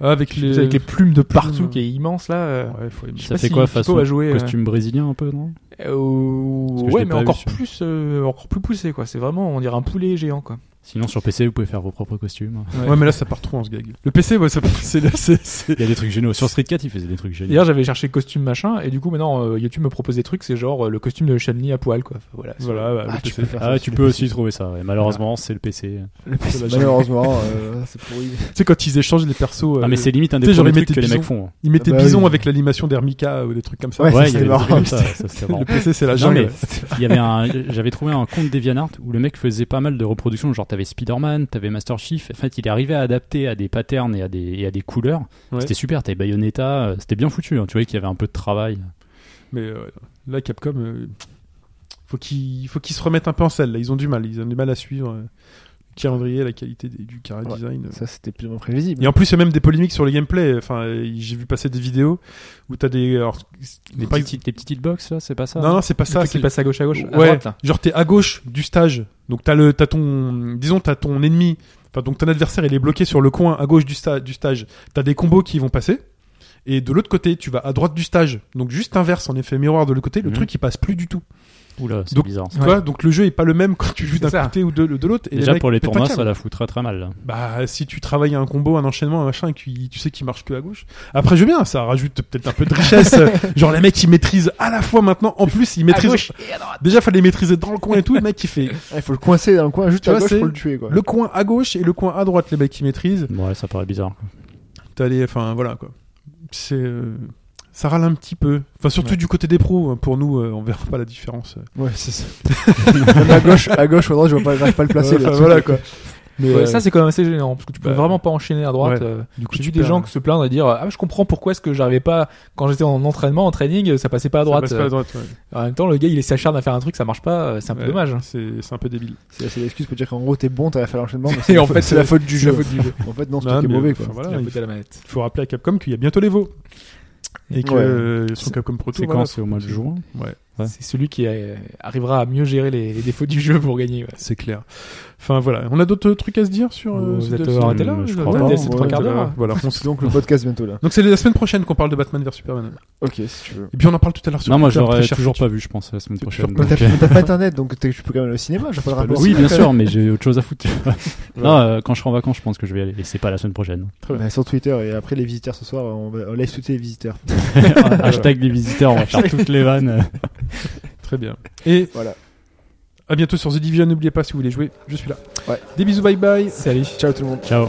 S2: quoi.
S6: euh,
S1: Avec les.
S6: avec les plumes de partout
S1: Plumes.
S6: qui est immense là. euh,
S1: Ouais, faut aimer.
S6: je sais
S2: Ça
S6: pas
S2: fait
S6: si
S2: quoi
S6: Pipo
S2: façon
S6: a joué, euh,
S2: costume brésilien un peu, non
S6: Euh,
S2: que je l'ai
S6: ouais, mais
S2: pas vu,
S6: encore
S2: celui-là.
S6: plus, euh, encore plus poussé quoi. C'est vraiment, on dirait un poulet géant quoi.
S2: Sinon, sur PC, vous pouvez faire vos propres costumes.
S1: Ouais. mais là, ça part trop en ce gag. Le PC, ouais, ça. C'est. c'est- c'est-
S2: Il y a des trucs géniaux. Sur Street Cat, il faisait des trucs géniaux.
S6: D'ailleurs, j'avais cherché costume machin, et du coup, maintenant, euh, YouTube me propose des trucs, c'est genre euh, le costume de Chun-Li à poil, quoi. Enfin, voilà. c'est-
S1: Voilà, bah,
S3: Ah,
S1: le
S3: tu
S1: PC.
S3: peux faire
S2: Ah,
S3: ça.
S2: tu peux aussi trouver ça. ouais. Malheureusement, c'est le PC.
S6: Le
S1: C'est la jambe.
S3: Malheureusement, euh, c'est pourri.
S1: Tu sais, quand ils échangent les persos. euh,
S2: Ah, mais c'est limite un des
S1: tu sais,
S2: premiers
S1: j'aurais
S2: trucs
S1: mis
S2: que les
S1: des
S2: mecs
S1: bisons.
S2: font. hein.
S1: Ils mettaient
S3: Ah bah
S1: Bison
S3: oui.
S1: avec l'animation d'Hermika ou des trucs comme ça.
S3: Ouais,
S2: Ouais,
S3: ça,
S2: il y
S3: c'était
S2: avait des trucs
S3: marrant.
S2: comme ça. ça, c'était marrant.
S1: Le PC, c'est la
S2: Non,
S1: jungle.
S2: mais il y avait un, j'avais trouvé un compte DeviantArt où le mec faisait pas mal de reproductions. Genre, t'avais Spider-Man, t'avais Master Chief. En fait, il arrivait à adapter à des patterns et à des, et à des couleurs.
S1: Ouais.
S2: C'était super. T'avais Bayonetta. euh, C'était bien foutu. hein. Tu voyais qu'il y avait un peu de travail.
S1: Mais euh, là, Capcom, euh, faut qu'ils faut qu'ils se remettent un peu en selle. Là. Ils ont du mal, ils ont du mal à suivre euh, le calendrier, la qualité des- du carré
S3: Ouais.
S1: design. euh.
S3: Ça, c'était plus ou moins prévisible.
S1: Et en plus, il y a même des polémiques sur le gameplay. Enfin, euh, j'ai vu passer des vidéos où t'as des. alors,
S2: Les,
S1: c'est pas-
S2: petites, les petites box, là, c'est pas ça
S1: Non, non, c'est pas ça.
S6: truc
S1: c'est
S6: qui passe à gauche à gauche, à
S1: ouais,
S6: droite, là.
S1: genre t'es à gauche du stage. Donc t'as le, t'as ton, disons t'as ton ennemi, enfin donc ton adversaire il est bloqué sur le coin à gauche du, sta- du stage. T'as des combos qui vont passer. Et de l'autre côté, tu vas à droite du stage. Donc juste inverse en effet miroir de l'autre côté, le
S2: Mhm.
S1: truc il passe plus du tout.
S2: Oula, c'est
S1: Donc,
S2: bizarre.
S1: Tu vois, donc le jeu est pas le même quand tu joues
S6: C'est
S1: d'un
S6: ça.
S1: côté ou de, de l'autre. Et les
S2: Déjà
S1: mecs
S2: pour les
S1: pètent un
S2: tournois,
S1: câble.
S2: ça la fout très très mal. là.
S1: Bah, si tu travailles un combo, un enchaînement, un machin, et que tu- tu sais qu'il marche que à gauche. Après, je veux bien, ça rajoute peut-être un peu de richesse. Genre, les mecs, ils maîtrisent à la fois maintenant, en plus, ils maîtrisent. Déjà, fallait maîtriser dans le coin et tout. Le mec, il fait
S3: Ah, Il faut le coincer dans le coin, juste
S1: Tu
S3: à
S1: vois,
S3: gauche
S1: c'est
S3: pour le tuer. Quoi.
S1: le coin à gauche et le coin à droite, les mecs, qui maîtrisent.
S2: Bon, ouais, ça paraît bizarre.
S1: T'as les, enfin, voilà, quoi. C'est, euh, ça râle un petit peu. Enfin, surtout du côté des pros. hein. Pour nous, euh, on verra pas la différence. euh.
S3: Ouais, c'est ça. Même à gauche, à gauche ou à droite, je vois pas, j'arrive pas à le placer.
S1: Enfin,
S3: là.
S1: voilà, quoi. Mais,
S6: Ouais,
S1: euh,
S6: ça c'est quand même assez gênant parce que tu peux
S1: bah,
S6: vraiment pas enchaîner à droite.
S1: ouais.
S6: euh,
S1: du coup,
S6: J'ai
S1: tu
S6: vu des
S1: perds.
S6: gens qui se plaindre et dire ah je comprends pourquoi est-ce que j'arrivais pas quand j'étais en entraînement en training ça passait pas à
S1: Ça
S6: droite.
S1: passe pas à droite, ouais.
S6: En même temps le gars il s'acharne à faire un truc ça marche pas euh, c'est un peu
S1: Ouais,
S6: dommage. hein.
S1: C'est c'est un peu débile.
S3: C'est c'est l'excuse pour dire qu'en gros, t'es bon, t'as fait l'enchaînement. mais
S6: Et
S3: la
S6: en
S3: faute-
S6: fait,
S3: c'est la faute du
S6: c'est
S3: jeu.
S6: la faute du jeu.
S3: En fait, non, c'est
S1: Non,
S3: toi qui es
S1: mais,
S3: mauvais.
S1: enfin,
S3: Quoi.
S1: voilà,
S6: Il a
S1: il
S6: un peu de la manette.
S1: faut rappeler à Capcom qu'il y a bientôt les veaux et que
S3: Ouais.
S1: euh, son Capcom Pro
S2: C'est
S1: Tour,
S2: quand
S1: voilà,
S2: C'est au mois de juin Ouais.
S6: C'est celui qui euh, arrivera à mieux gérer les, les défauts du jeu pour gagner. ouais.
S1: c'est clair. Enfin voilà, on a d'autres trucs à se dire sur euh,
S6: Vous
S1: ce
S6: êtes
S1: DLC?
S6: arrêté là
S2: je
S6: vous
S2: crois
S6: êtes
S3: pas,
S6: laissé trois
S3: ouais.
S6: quarts d'heure
S1: Voilà, on
S3: C'est
S1: se-
S3: donc le podcast bientôt là.
S1: donc c'est la semaine prochaine qu'on parle de Batman vs Superman.
S3: Ok, si tu veux.
S1: Et puis on en parle tout à l'heure sur
S2: Non, moi je
S1: Twitter,
S2: l'aurais
S1: très cher
S2: toujours
S1: Fitch.
S2: pas vu, je pense, la semaine
S1: C'est
S2: prochaine.
S3: Mais
S2: donc,
S3: T'as
S2: euh, Bah,
S3: mais t'as pas internet donc t'es- tu peux quand même aller au cinéma, j'ai pas le rapport.
S2: Oui, bien sûr, mais j'ai autre chose à foutre. non, euh, quand je serai en vacances, je pense que je vais y aller. Et c'est pas la semaine prochaine. hein.
S3: Mais Bah, sur Twitter et après les visiteurs ce soir, on va on live tweeter les visiteurs.
S2: Hashtag les visiteurs, on va faire toutes les vannes.
S1: Très bien. Et
S3: Voilà.
S1: à bientôt sur The Division. N'oubliez pas si vous voulez jouer, je suis là.
S3: Ouais.
S1: Des bisous, bye bye.
S6: Salut.
S3: Ciao tout le monde.
S2: Ciao.